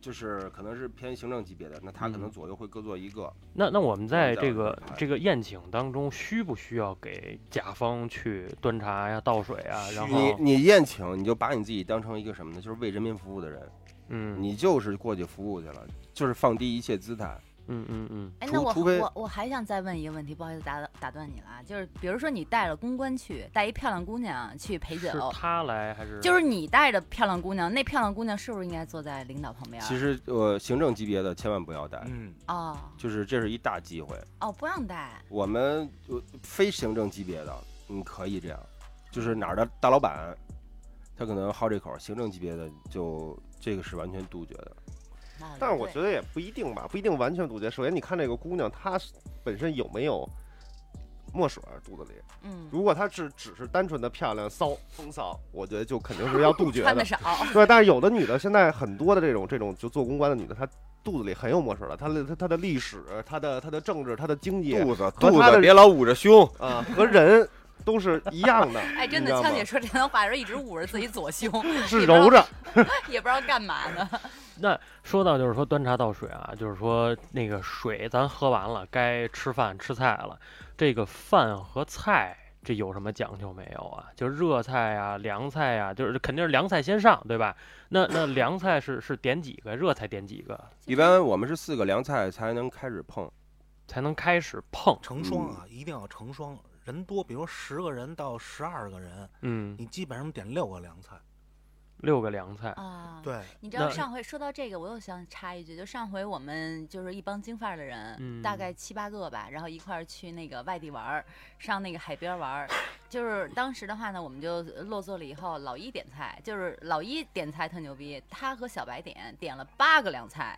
就是可能是偏行政级别的，那他可能
嗯
左右会各做一个。
那那我们在这个
嗯
这个宴请当中，需不需要给甲方去端茶呀、倒水啊？然
你
后，
你宴请，你就把你自己当成一个什么呢？就是为人民服务的人，
嗯，
你就是过去服务去了，就是放低一切姿态。
嗯嗯嗯，
哎，
除
那我
除非
我我还想再问一个问题，不好意思打打断你了啊，就是比如说你带了公关去，带一漂亮姑娘去陪酒
是，他来还是？
就是你带着漂亮姑娘，那漂亮姑娘是不是应该坐在领导旁边？
其实呃，行政级别的千万不要带，
嗯，
哦
就是这是一大忌讳。
哦，不让带，
我们呃非行政级别的，你可以这样，就是哪儿的大老板，他可能好这口，行政级别的就这个是完全杜绝的。
那
但是我
对
觉得也不一定吧，不一定完全杜绝。首先，你看这个姑娘，她是本身有没有墨水儿肚子里？
嗯，
如果她是只是单纯的漂亮骚风骚，我觉得就肯定是要杜绝
穿
的
的。少，
对，但是有的女的，现在很多的这种这种就做公关的女的，她肚子里很有墨水了。她的她她的历史，她的她的政治，她的经济
肚子
和
肚
他的
子别老捂着胸，
啊、和人都是一样的。
哎，真
你
的
知，道
枪
吗
姐说这段话的时候一直捂着自己左胸，
是
也不知道
揉着，
也不知道干嘛 呢。
说到就是说端茶倒水啊，就是说那个水咱喝完了，该吃饭吃菜了。这个饭和菜这有什么讲究没有啊？就是热菜呀、凉菜呀，就是肯定是凉菜先上，对吧？那那凉菜是是点几个，热菜点几个
一般我们是四个凉菜才能开始碰，
才能开始碰？
成双啊，一定要成双。人多，比如说十个人到十二个人，
嗯，
你基本上点六个凉菜。
六个凉菜，
啊，
对，
你知道
那
上回说到这个，我又想插一句，就上回我们就是一帮京范儿的人，
嗯
大概七八个吧，然后一块儿去那个外地玩儿，上那个海边儿玩儿。就是当时的话呢，我们就落座了以后，老一点菜，就是老一点菜特牛逼，他和小白点点了八个凉菜，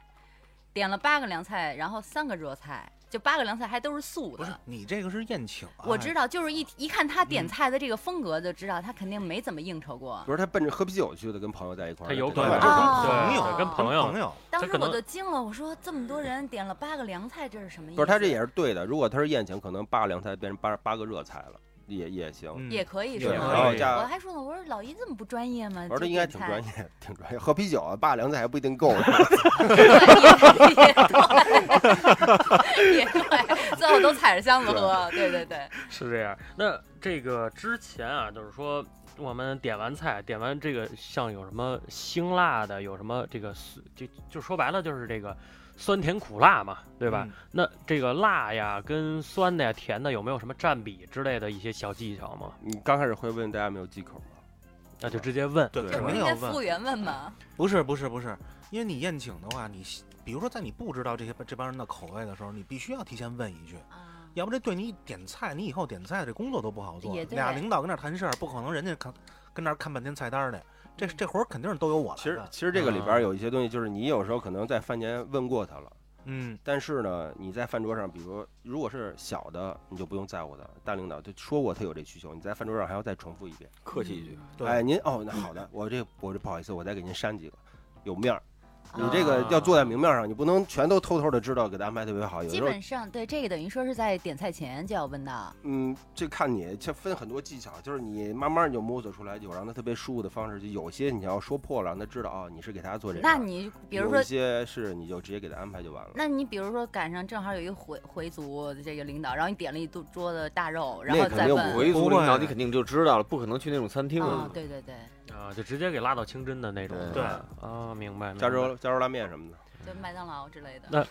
点了八个凉菜，然后三个热菜，就八个凉菜还都是素
不是
的。
你这个是宴请啊，
我知道，就是一一看他点
嗯
菜的这个风格，就知道他肯定没怎么应酬过。
不是他奔着喝啤酒去的，跟朋友在一块儿，
他有可
对
能
吧
就是跟朋
对
哦
友，
哦
对跟
跟
朋友
朋友
当
这
时
可
我
能
就惊了，我说这么多人点了八个凉菜，这是什么意思？
不是他这也是对的。如果他是宴请，可能八个凉菜变成八八个热菜了，也也行。
嗯
也可以
也
是
可
吗？
然后
以
我
加，
还说呢，我说老姨这么不专业吗？
我说
就
他应该
点
挺
菜
专业，挺专业。喝啤酒，啊八个凉菜还不一定够 呢。
也对，也对，最后都踩着箱子喝，对对对，
是这样。那这个之前啊，就是说我们点完菜，点完这个像有什么辛辣的，有什么这个酸就就说白了就是这个酸甜苦辣嘛，对吧？？
嗯
那这个辣呀、跟酸的呀、甜的有没有什么占比之类的一些小技巧吗？
你刚开始会问大家有没有忌口吗？
那就直接问。
对，
对
这
肯
不是
定
应
要
该服务
问。
员问吗？
不是不是不是，因为你宴请的话，你比如说在你不知道这些这帮人的口味的时候，你必须要提前问一句，
啊，
要不这对你点菜，你以后点菜这工作都不好做
也。对
俩领导跟那儿谈事儿，不可能人家看跟那儿看半天菜单儿去，这
嗯
这活儿肯定是都由我来
其实
的。
其实这个里边有一些东西，就是你有时候可能在饭前问过他了，
嗯，
但是呢，你在饭桌上，比如如果是小的，你就不用在乎他，大领导就说过他有这需求，你在饭桌上还要再重复一遍。
客气一句，
对
哎，您哦，那好的，我这我这不好意思，我再给您删几个，有面儿。你
啊
这个
啊
要做在明面上，你不能全都偷偷的知道给他安排特别好。有
基
时候，
本上对这个等于说是在点菜前就要问到，
嗯，这看你，这分很多技巧，就是你慢慢你就摸索出来，有让他特别舒服的方式，就有些你要说破了，让他知道啊、你是给他做这个。
那你比如
有
说
一。些事你就直接给他安排就完了。
那你比如说赶上正好有一个回回族的这个领导，然后你点了一桌桌子大肉，然
那
后
肯
再
定
问
不会
回族领导
不会
你肯定就知道了，不可能去那种餐厅
啊
了，，
对对对，
啊，就直接给拉到清真的那种。
对
啊，明白。明白
加州加州拉面什么的，
就麦当劳之类的。
那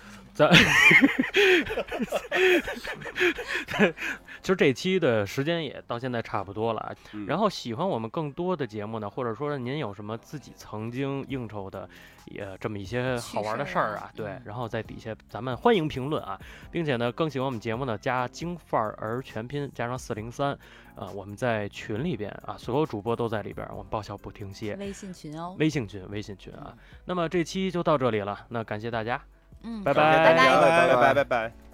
其实这期的时间也到现在差不多了啊。
嗯
然后喜欢我们更多的节目呢，或者说您有什么自己曾经应酬的，也这么一些好玩的事儿啊，
趣事儿
对
啊嗯，
然后在底下咱们欢迎评论啊，并且呢，更喜欢我们节目呢，加京范儿儿全拼加上四零三，啊，我们在群里边啊，所有主播都在里边，我们爆笑不停歇，
微信群哦，
微信群，啊微信群啊。那么这期就到这里了，那感谢大家，
嗯，
拜
感谢
拜
大家
拜
拜
拜
拜拜拜。